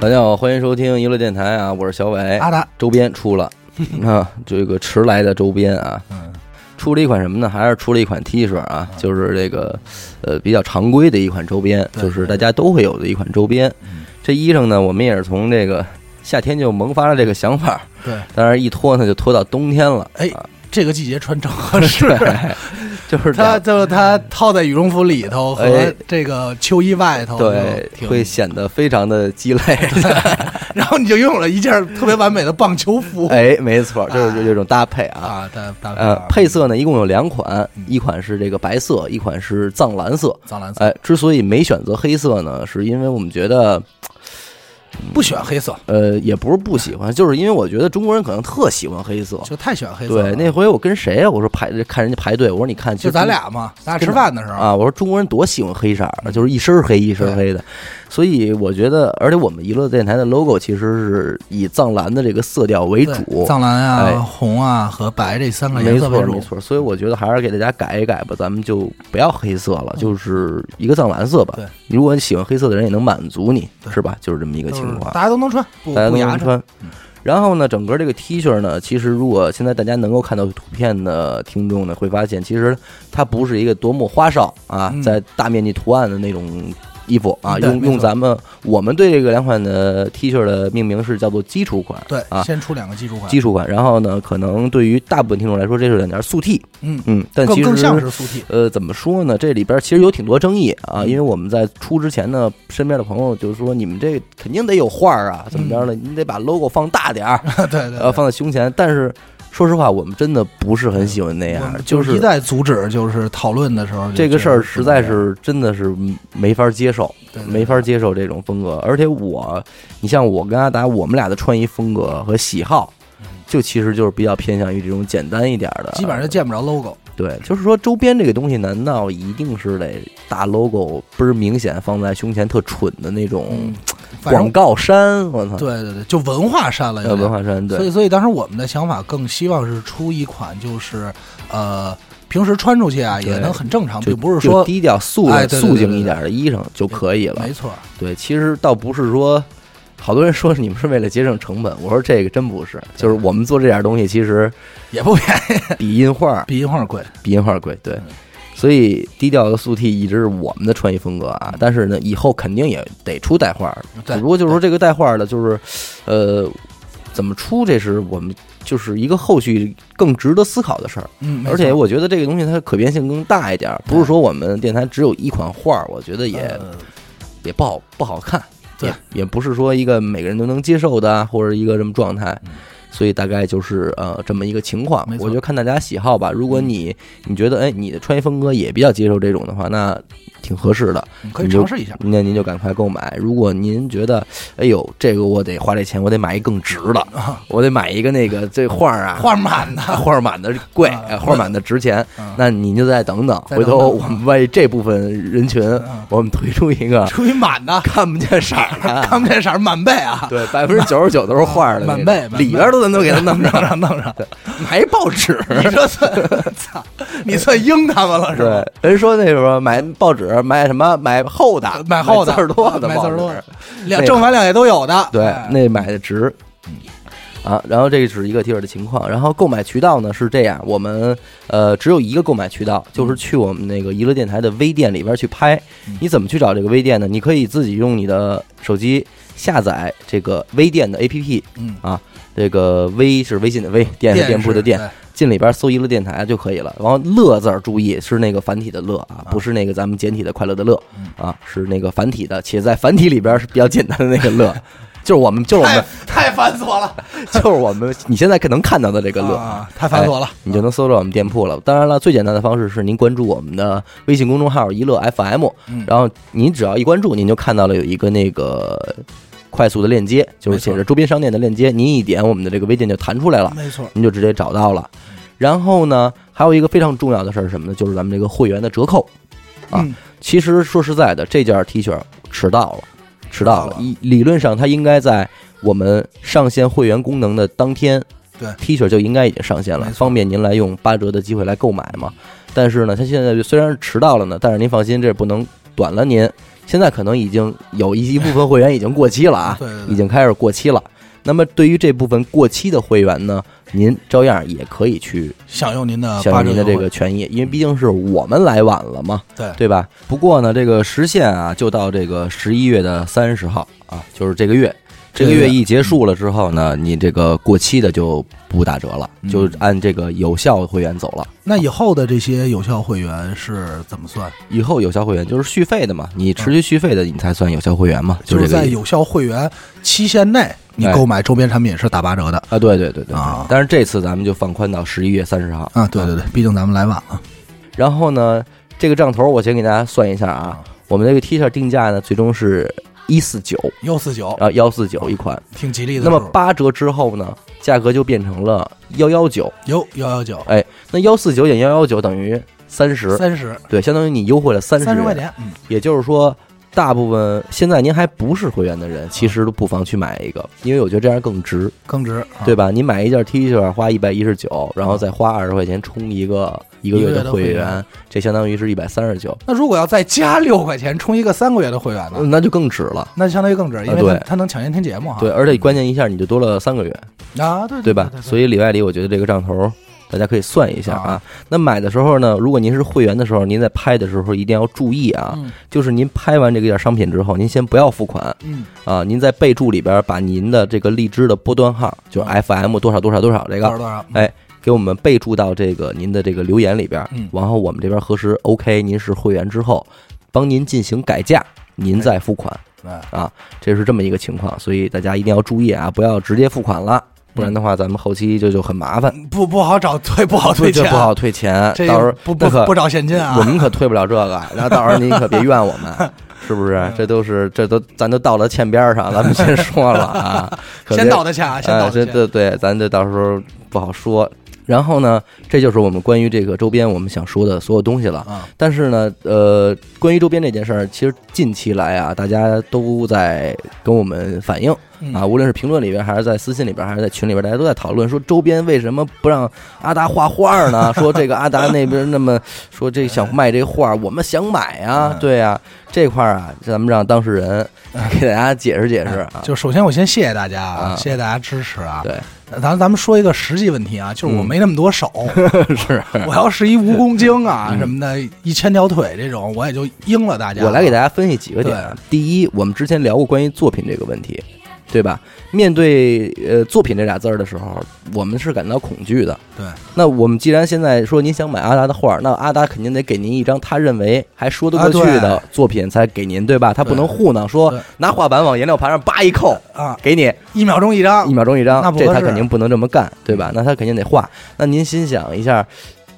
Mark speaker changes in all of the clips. Speaker 1: 大家好，欢迎收听娱乐电台啊，我是小伟。
Speaker 2: 阿达，
Speaker 1: 周边出 了啊，这个迟来的周边啊，
Speaker 2: 嗯
Speaker 1: 出了一款什么呢？还是出了一款 T 恤啊，就是这个呃比较常规的一款周边，
Speaker 2: 对
Speaker 1: 就是大家都会有的一款周边
Speaker 2: 嗯。
Speaker 1: 这衣裳呢，我们也是从这个夏天就萌发了这个想 法，
Speaker 2: 对，
Speaker 1: 但是一拖呢就拖到冬天了。
Speaker 2: 哎
Speaker 1: 啊，
Speaker 2: 这个季节穿正合适。
Speaker 1: 对，就是这
Speaker 2: 它
Speaker 1: 样。
Speaker 2: 就是它套在羽绒服里头
Speaker 1: 哎
Speaker 2: 和这个秋衣外头，
Speaker 1: 对，
Speaker 2: 挺
Speaker 1: 会显得非常的 鸡肋。
Speaker 2: 然后你就拥有了一件特别完美的棒球服
Speaker 1: 哎，没错，就是这种搭配啊。
Speaker 2: 啊，大大
Speaker 1: 呃，配色呢一共有两款
Speaker 2: 嗯，
Speaker 1: 一款是这个白色，一款是藏蓝色。
Speaker 2: 藏蓝色，
Speaker 1: 哎，之所以没选择黑色呢，是因为我们觉得，
Speaker 2: 不喜欢黑色，
Speaker 1: 呃，也不是不喜欢，就是因为我觉得中国人可能特喜欢黑色。
Speaker 2: 就太喜欢黑色了。
Speaker 1: 对，那回我跟谁啊？我说排看人家排队，我说你看，其
Speaker 2: 就
Speaker 1: 实
Speaker 2: 咱
Speaker 1: 中
Speaker 2: 俩嗯嘛，咱俩吃饭的时候，
Speaker 1: 啊，我说中国人多喜欢黑色儿，就是一身儿黑一身儿黑的。所以我觉得，而且我们娱乐电台的 logo 其实是以藏蓝的这个色调为
Speaker 2: 对
Speaker 1: 主。
Speaker 2: 藏蓝
Speaker 1: 哎
Speaker 2: 啊、红啊和白这三个
Speaker 1: 没
Speaker 2: 颜色
Speaker 1: 错，
Speaker 2: 为
Speaker 1: 没
Speaker 2: 主。
Speaker 1: 错。所以我觉得还是给大家改一改吧，咱们就不要黑色了，就是一个藏蓝色吧
Speaker 2: 嗯对。
Speaker 1: 如果你喜欢黑色的人，也能满足你，
Speaker 2: 对
Speaker 1: 是吧？就是这么一个
Speaker 2: 就是
Speaker 1: 情况，
Speaker 2: 大家都能穿，嗯不
Speaker 1: 大家
Speaker 2: 不
Speaker 1: 都
Speaker 2: 牙
Speaker 1: 能
Speaker 2: 碜。
Speaker 1: 穿。然后呢，整个这个 T 恤呢，其实如果现在大家能够看到图片的听众呢，会发现其实它不是一个多么花哨啊，
Speaker 2: 嗯
Speaker 1: 在大面积图案的那种衣服啊，
Speaker 2: 嗯对
Speaker 1: 用
Speaker 2: 没错
Speaker 1: 用咱们我们对这个两款的 T 恤的命名是叫做基础款，
Speaker 2: 对
Speaker 1: 啊，
Speaker 2: 先出两个基础款，
Speaker 1: 基础款。然后呢，可能对于大部分听众来说，这是两件速 T，
Speaker 2: 嗯，
Speaker 1: 嗯，但
Speaker 2: 更
Speaker 1: 其实
Speaker 2: 更像是速 T，
Speaker 1: 呃，怎么说呢？这里边其实有挺多争议啊，
Speaker 2: 嗯
Speaker 1: 因为我们在出之前呢，身边的朋友就是说，你们这肯定得有画儿啊，怎么着呢？你得把 logo 放大点儿，
Speaker 2: 对对嗯对
Speaker 1: 呃，放在胸前。但是说实话，我们真的不是很喜欢那
Speaker 2: 我
Speaker 1: 样，
Speaker 2: 们
Speaker 1: 就
Speaker 2: 一
Speaker 1: 是
Speaker 2: 再阻止，就是讨论的时候，
Speaker 1: 这个事儿实在
Speaker 2: 就是
Speaker 1: 真的是没法接受，
Speaker 2: 对对
Speaker 1: 没法接受这种风格。而且我，你像我跟阿达，我们俩的穿衣风格和喜好。就其实就是比较偏向于这种简单一点儿的，
Speaker 2: 嗯基本上就见不着 logo。
Speaker 1: 对，就是说周边这个东西，难道一定是得大 logo 倍儿明显放在胸前特蠢的那种，
Speaker 2: 嗯
Speaker 1: 嗯
Speaker 2: 反
Speaker 1: 广
Speaker 2: 正
Speaker 1: 告衫？我操，
Speaker 2: 对对对，就文化删了
Speaker 1: 呃，
Speaker 2: 有
Speaker 1: 文
Speaker 2: 点。
Speaker 1: 化衫，
Speaker 2: 所以
Speaker 1: 对，
Speaker 2: 所以当时我们的想法更希望是出一款就是呃平时穿出去啊也
Speaker 1: 对
Speaker 2: 能很正常，
Speaker 1: 就
Speaker 2: 并不是
Speaker 1: 就
Speaker 2: 说
Speaker 1: 低调素
Speaker 2: 哎对对对
Speaker 1: 素净
Speaker 2: 对
Speaker 1: 一
Speaker 2: 对哎
Speaker 1: 点的衣裳就可以了
Speaker 2: 没。错，
Speaker 1: 对，其实倒不是说，好多人说你们是为了节省成本，我说这个真不是，就是我们做这点东西其 实
Speaker 2: 也不便宜，
Speaker 1: 比印画
Speaker 2: 比印花贵。
Speaker 1: 比印花贵，对
Speaker 2: 嗯。
Speaker 1: 所以低调的素 T 一直是我们的穿衣风格啊，但是呢，以后肯定也得出带画的，
Speaker 2: 对
Speaker 1: 只不过就是说这个带画的，就是，呃，怎么出，这是我们就是一个后续更值得思考的事儿。
Speaker 2: 嗯，没
Speaker 1: 而且
Speaker 2: 错
Speaker 1: 我觉得这个东西它的可变性更大一点儿，不是说我们电台只有一款画儿，我觉得也、
Speaker 2: 呃
Speaker 1: 也不好不好看，
Speaker 2: 对
Speaker 1: 也也不是说一个每个人都能接受的啊，或者一个什么状态。所以大概就是呃这么一个情况
Speaker 2: 嗯没，错嗯
Speaker 1: 我觉得看大家喜好吧。如果你你觉得哎你的穿衣风格也比较接受这种的话，那挺合适的，
Speaker 2: 你可以
Speaker 1: 你就
Speaker 2: 尝试一下。
Speaker 1: 那您就赶快购买。如果您觉得哎呦这个我得花这钱，我得买一更值的，我得买一个那 个这画儿啊
Speaker 2: 啊画满的，
Speaker 1: 画满的贵，
Speaker 2: 啊
Speaker 1: 呃画满的值钱
Speaker 2: 嗯。
Speaker 1: 那您就再等等，
Speaker 2: 再
Speaker 1: 回
Speaker 2: 等等啊
Speaker 1: 头我们为这部分人群，我们推出一 个
Speaker 2: 出于满的，
Speaker 1: 看不见色儿的，
Speaker 2: 看不见色儿满背啊，
Speaker 1: 对，百分之九十九都是画儿的那
Speaker 2: 满
Speaker 1: 种，
Speaker 2: 背满背
Speaker 1: 里边儿都咱都给它 弄
Speaker 2: 弄
Speaker 1: 上，
Speaker 2: 上弄上。
Speaker 1: 买一报纸。
Speaker 2: 你这算 操，你算应他们了是吧
Speaker 1: 对？，人说那时候买报纸，买什么买厚的，
Speaker 2: 买厚的
Speaker 1: 买字儿多的
Speaker 2: 买
Speaker 1: 报
Speaker 2: 字
Speaker 1: 纸，
Speaker 2: 儿多的
Speaker 1: 那
Speaker 2: 两
Speaker 1: 个
Speaker 2: 正反两也都有的。
Speaker 1: 对
Speaker 2: 哎，
Speaker 1: 那买的值。啊，然后这个只是一个 T 恤的情况，然后购买渠道呢是这样，我们呃只有一个购买渠道，就是去我们那个娱乐电台的微店里边去拍。你怎么去找这个微店呢？你可以自己用你的手机下载这个微店的 APP
Speaker 2: 嗯，
Speaker 1: 啊，这个微是微信的微，店是店铺的店，
Speaker 2: 是，
Speaker 1: 进里边搜娱乐电台就可以了。然后乐字儿注意是那个繁体的乐啊，不是那个咱们简体的快乐的乐
Speaker 2: 嗯
Speaker 1: 啊，是那个繁体的，且在繁体里边是比较简单的那个 乐，就是我们就是
Speaker 2: 对
Speaker 1: 我们
Speaker 2: 太太繁琐了，
Speaker 1: 就是我们你现在可能看到的这个乐。
Speaker 2: 啊，太繁琐了
Speaker 1: 哎，你就能搜到我们店铺了。当然了，最简单的方式是您关注我们的微信公众号“一乐 FM”，
Speaker 2: 嗯
Speaker 1: 然后您只要一关注，您就看到了有一个那个快速的链接，就是写着周边商店的链接，您一点，我们的这个微店就弹出来了。
Speaker 2: 没错，
Speaker 1: 您就直接找到了。然后呢，还有一个非常重要的事儿是什么呢？就是咱们这个会员的折扣啊。
Speaker 2: 嗯
Speaker 1: 其实说实在的，这件 T 恤迟到了，迟到
Speaker 2: 迟
Speaker 1: 了
Speaker 2: 到。了
Speaker 1: 一理论上它应该在我们上线会员功能的当天，
Speaker 2: 对
Speaker 1: T 恤就应该已经上线了，
Speaker 2: 没错
Speaker 1: 方便您来用八折的机会来购买嘛。但是呢，它现在虽然是迟到了呢，但是您放心，这不能短了您，现在可能已经有一一部分会员已经过期了啊，
Speaker 2: 对对
Speaker 1: 已
Speaker 2: 对，
Speaker 1: 经开始过期了。那么对于这部分过期的会员呢，您照样也可以去
Speaker 2: 享用您的
Speaker 1: 享
Speaker 2: 呃八
Speaker 1: 用您的
Speaker 2: 折
Speaker 1: 这
Speaker 2: 优惠
Speaker 1: 个权益，因为毕竟是我们来晚了嘛，
Speaker 2: 对
Speaker 1: 对吧？不过呢，这个时限啊，就到这个十一月的三十号啊，就是这个月。这
Speaker 2: 这
Speaker 1: 个
Speaker 2: 个月
Speaker 1: 月一结束了之后呢，你这个过期的就不打折了，
Speaker 3: 嗯
Speaker 1: 就按这个有效会员走了。
Speaker 2: 那以后的这些有效会员是怎么算？
Speaker 1: 以后有效会员就是续费的嘛，你持续续费的你才算有效会员嘛，
Speaker 2: 就
Speaker 1: 这个
Speaker 2: 是在
Speaker 1: 意思
Speaker 2: 有效会员期限内，你
Speaker 1: 哎
Speaker 2: 购买周边产品是打八折的
Speaker 1: 啊，对对对对
Speaker 2: 啊
Speaker 1: 但是这次咱们就放宽到十一月三十号
Speaker 2: 啊！对对对，毕竟咱们来晚
Speaker 1: 啊
Speaker 2: 了，
Speaker 1: 然后呢，这个账头我先给大家算一下啊，我们这个 T 恤定价呢，最终是一四九
Speaker 2: 幺四九
Speaker 1: 啊幺四九一款。
Speaker 2: 挺吉利的
Speaker 1: 那
Speaker 2: 数。
Speaker 1: 么八折之后呢，价格就变成了幺幺九。
Speaker 2: 有幺幺九
Speaker 1: 那幺四九减幺幺九等于三十，
Speaker 2: 三十
Speaker 1: 对，相当于你优惠了三
Speaker 2: 三十块。钱，嗯，
Speaker 1: 也就是说，大部分现在您还不是会员的
Speaker 2: 啊
Speaker 1: 人，其实都不妨去买一个，因为我觉得这样更值，
Speaker 2: 更值啊
Speaker 1: 对
Speaker 2: 吧？
Speaker 1: 吧？你买一件 T 恤花一百一十九，然后再花二十块钱充一个一个
Speaker 2: 啊一个
Speaker 1: 月
Speaker 2: 月
Speaker 1: 的
Speaker 2: 的
Speaker 1: 会
Speaker 2: 会
Speaker 1: 员
Speaker 2: 员，
Speaker 1: 这相当于是一百三十九，
Speaker 2: 那如果要再加六块钱充一个三个月的会员呢？
Speaker 1: 那就更值了。
Speaker 2: 那就相当于更值，
Speaker 1: 嗯
Speaker 2: 因
Speaker 1: 啊
Speaker 2: 为
Speaker 1: 对
Speaker 2: 它它能抢先听节目哈。
Speaker 1: 对，而且关键一下你就多了三个月，
Speaker 2: 啊，对
Speaker 1: 对
Speaker 2: 啊嗯对
Speaker 1: 吧？所
Speaker 2: 以
Speaker 1: 以里外里，我觉得这个账头大家可以算一下啊。那买的时候呢，如果您是会员的时候，您在拍的时候一定要注意啊，
Speaker 2: 嗯
Speaker 1: 就是您拍完这个件商品之后，您先不要付款
Speaker 2: 嗯，
Speaker 1: 啊，您在备注里边把您的这个荔枝的波段号，就是 FM 多少多少多少这
Speaker 2: 多少
Speaker 1: 个。
Speaker 2: 多嗯少？嗯
Speaker 1: 哎，给我们备注到这个您的这个留言里边，
Speaker 2: 嗯
Speaker 1: 然后我们这边核实 OK，您是会员之后，帮您进行改价，您再付款。
Speaker 2: 哎
Speaker 1: 啊，这是这么一个情况，所以大家一定要注意啊，不要直接付款了，
Speaker 2: 嗯
Speaker 1: 不然的话咱们后期就就很麻烦，
Speaker 2: 不不好找退，不啊好退
Speaker 1: 这
Speaker 2: 钱，
Speaker 1: 不好退钱，
Speaker 2: 这
Speaker 1: 到时候
Speaker 2: 不
Speaker 1: 那
Speaker 2: 不
Speaker 1: 可
Speaker 2: 不找现金啊，
Speaker 1: 我们可退不了这个， 然后到时候您可别怨我们。是不
Speaker 2: 嗯
Speaker 1: 是？这都是这都咱都到了欠边儿 上，咱们先说了啊，可
Speaker 2: 先
Speaker 1: 别
Speaker 2: 到的钱啊，先到
Speaker 1: 哎，这
Speaker 2: 的钱。
Speaker 1: 对对，咱这到时候不好说。然后呢，这就是我们关于这个周边我们想说的所有东西了。
Speaker 2: 啊，
Speaker 1: 但是呢，呃，关于周边这件事儿，其实近期来啊，大家都在跟我们反映
Speaker 2: 嗯
Speaker 1: 啊，无论是评论里边，还是在私信里边，还是在群里边，大家都在讨论说周边为什么不让阿达画画呢？ 说这个阿达那边那么说这想卖这画，我们想买啊，
Speaker 2: 嗯
Speaker 1: 对啊，这块儿啊，咱们让当事人给大家解释解释啊，
Speaker 2: 就首先我先谢谢大家
Speaker 1: 啊
Speaker 2: 啊，谢谢大家支持啊。
Speaker 1: 对，
Speaker 2: 咱咱们说一个实际问题啊，就是我
Speaker 1: 嗯
Speaker 2: 没那么多手，
Speaker 1: 是。啊
Speaker 2: 我要是一蜈蚣精啊
Speaker 1: 嗯
Speaker 2: 什么的，一千条腿这种，我也就应了大家。
Speaker 1: 我来给大家分析几个点啊。第一，我们之前聊过关于作品这个问题，对吧？面对呃作品这俩字儿的时候，我们是感到恐惧的。
Speaker 2: 对，
Speaker 1: 那我们既然现在说您想买阿达的画儿，那阿达肯定得给您一张他认为还说得过去的作品才给您，对吧？他不能糊弄说
Speaker 2: 对
Speaker 1: 拿画板往颜料盘上叭一扣，
Speaker 2: 啊，
Speaker 1: 给你
Speaker 2: 一秒钟一张
Speaker 1: 一，秒钟一
Speaker 2: 那
Speaker 1: 张，
Speaker 2: 不合
Speaker 1: 这
Speaker 2: 适
Speaker 1: 他肯定不能这么干，对吧？那他肯定得
Speaker 2: 嗯
Speaker 1: 画。那您心想一下，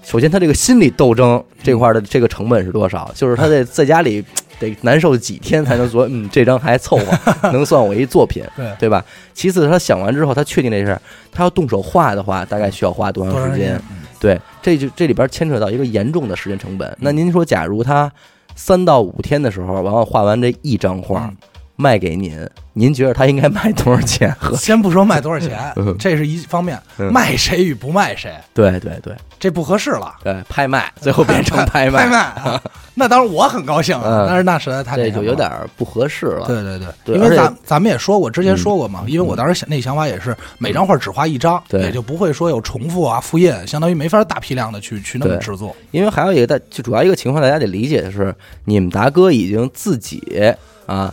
Speaker 1: 首先他这个心理斗争这块儿的这个成本是多少？就是他得在家里得难受几天才能说，嗯，这张还凑合，能算我一作 品，
Speaker 2: 对，
Speaker 1: 对吧？其次，他想完之后，他确定这事儿，他要动手画的话，大概需要花多
Speaker 2: 多
Speaker 1: 长
Speaker 2: 长
Speaker 1: 时
Speaker 2: 时
Speaker 1: 间
Speaker 2: 间？？
Speaker 1: 对，嗯这就这里边牵扯到一个严重的时间成本。那您说，假如他三到五天的时候，然后画完这一张画
Speaker 2: 嗯。
Speaker 1: 卖给您，您觉得他应该卖多少钱？合
Speaker 2: 先不说卖多少钱
Speaker 1: 嗯，
Speaker 2: 这是一方面，
Speaker 1: 嗯
Speaker 2: 卖谁与不卖谁，
Speaker 1: 对对对，
Speaker 2: 这不合适了。
Speaker 1: 对，拍卖，最后变成 拍卖，
Speaker 2: 拍卖啊，那当然我很高兴
Speaker 1: 嗯
Speaker 2: 啊，但是那实在太那
Speaker 1: 这
Speaker 2: 什
Speaker 1: 就
Speaker 2: 么
Speaker 1: 有
Speaker 2: 了
Speaker 1: 点儿不合适了。
Speaker 2: 对对对，
Speaker 1: 对
Speaker 2: 因
Speaker 1: 而且
Speaker 2: 为咱咱们也说过，之前说过嘛，因为我当时想那想法也是，每张画只画一张，
Speaker 1: 嗯对
Speaker 2: 也就不会说有重复啊、复印，相当于没法大批量的去去那么
Speaker 1: 对
Speaker 2: 制作。
Speaker 1: 因为还有一个大，就主要一个情况，大家得理解的是，你们达哥已经自己啊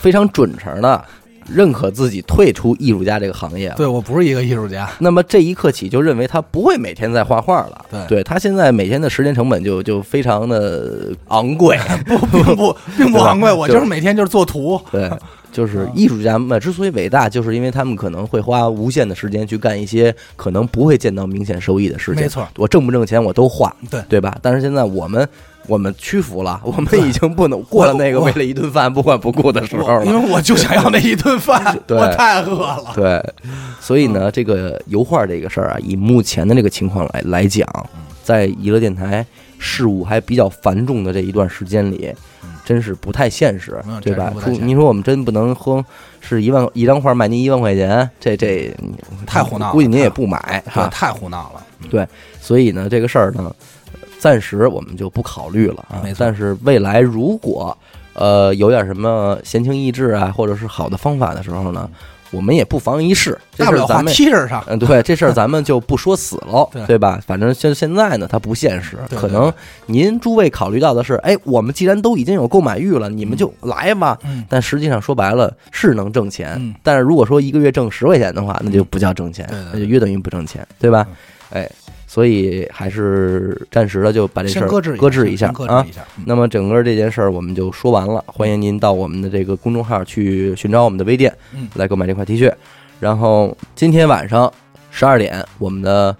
Speaker 1: 非常准成的认可自己退出艺术家这个行业了。
Speaker 2: 对我不是一个艺 术家，
Speaker 1: 那么这一刻起，就认为他不会每天在画画了。
Speaker 2: 对
Speaker 1: 他现在每天的时间成本就就非常的昂 贵。
Speaker 2: 不并不并不
Speaker 1: 对吧
Speaker 2: 昂贵，我
Speaker 1: 就
Speaker 2: 就是每天就是做图。
Speaker 1: 对，就是艺术家们之所以伟大，就是因为他们可能会花无限的时间去干一些可能不会见到明显收益的事情。
Speaker 2: 没错，
Speaker 1: 我挣不挣钱我都花，
Speaker 2: 对
Speaker 1: 对吧？但是现在我们我们屈服了，我们已经不能过了那个
Speaker 2: 我
Speaker 1: 为了一顿饭不管不顾的时候
Speaker 2: 我因
Speaker 1: 了。
Speaker 2: 为我就想要那一顿饭，
Speaker 1: 对
Speaker 2: 我太饿 了。
Speaker 1: 对，所以呢，这个油画这个事儿啊，以目前的这个情况来来讲，在娱乐电台事务还比较繁重的这一段时间里，真是不太现实
Speaker 2: 嗯，
Speaker 1: 对吧
Speaker 2: 真是不？太
Speaker 1: 说
Speaker 2: 现实
Speaker 1: 您说我们真不能哼，是一万一张画卖您一万块钱，这这嗯
Speaker 2: 太胡闹了啊
Speaker 1: 估计您也不买
Speaker 2: 对，
Speaker 1: 哈。
Speaker 2: 太胡闹了。嗯
Speaker 1: 对，所以呢，这个事儿呢，暂时我们就不考虑了啊
Speaker 2: 没。错
Speaker 1: 但是未来如果呃有点什么闲情逸致啊，或者是好的方法的时候呢，我们也不妨一试。这
Speaker 2: 大不
Speaker 1: 事儿
Speaker 2: 了
Speaker 1: 咱
Speaker 2: 花
Speaker 1: 们。
Speaker 2: 七十上，，
Speaker 1: 嗯，对，这事儿咱们就不说死喽
Speaker 2: 对
Speaker 1: 对吧？反正现现在呢，它不现实，
Speaker 2: 对对
Speaker 1: 可能您诸位考虑到的是，哎，我们既然都已经有购买欲了，你们就来吧。
Speaker 2: 嗯，
Speaker 1: 但实际上说白了是能挣钱，
Speaker 2: 嗯
Speaker 1: 但是如果说一个月挣十块钱的话，那就不叫挣钱，
Speaker 2: 对对对嗯
Speaker 1: 那就约等于不挣钱，对吧？哎，所以还是暂时的就把这事
Speaker 2: 先
Speaker 1: 儿
Speaker 2: 搁置
Speaker 1: 一
Speaker 2: 一
Speaker 1: 下
Speaker 2: 先搁
Speaker 1: 啊
Speaker 2: 置一。下，嗯
Speaker 1: 那么整个这件事儿我们就说完了，欢迎您到我们的这个公众号去寻找我们的微店，
Speaker 2: 嗯
Speaker 1: 来购买这款 T 恤。然后今天晚上十二点，我们的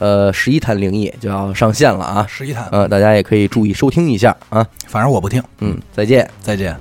Speaker 1: 呃十一谈灵异就要上线了啊，
Speaker 2: 十一谈，
Speaker 1: 呃，大家也可以注意收听一下啊，
Speaker 2: 反正我不听，
Speaker 1: 嗯，再见。
Speaker 2: 再见。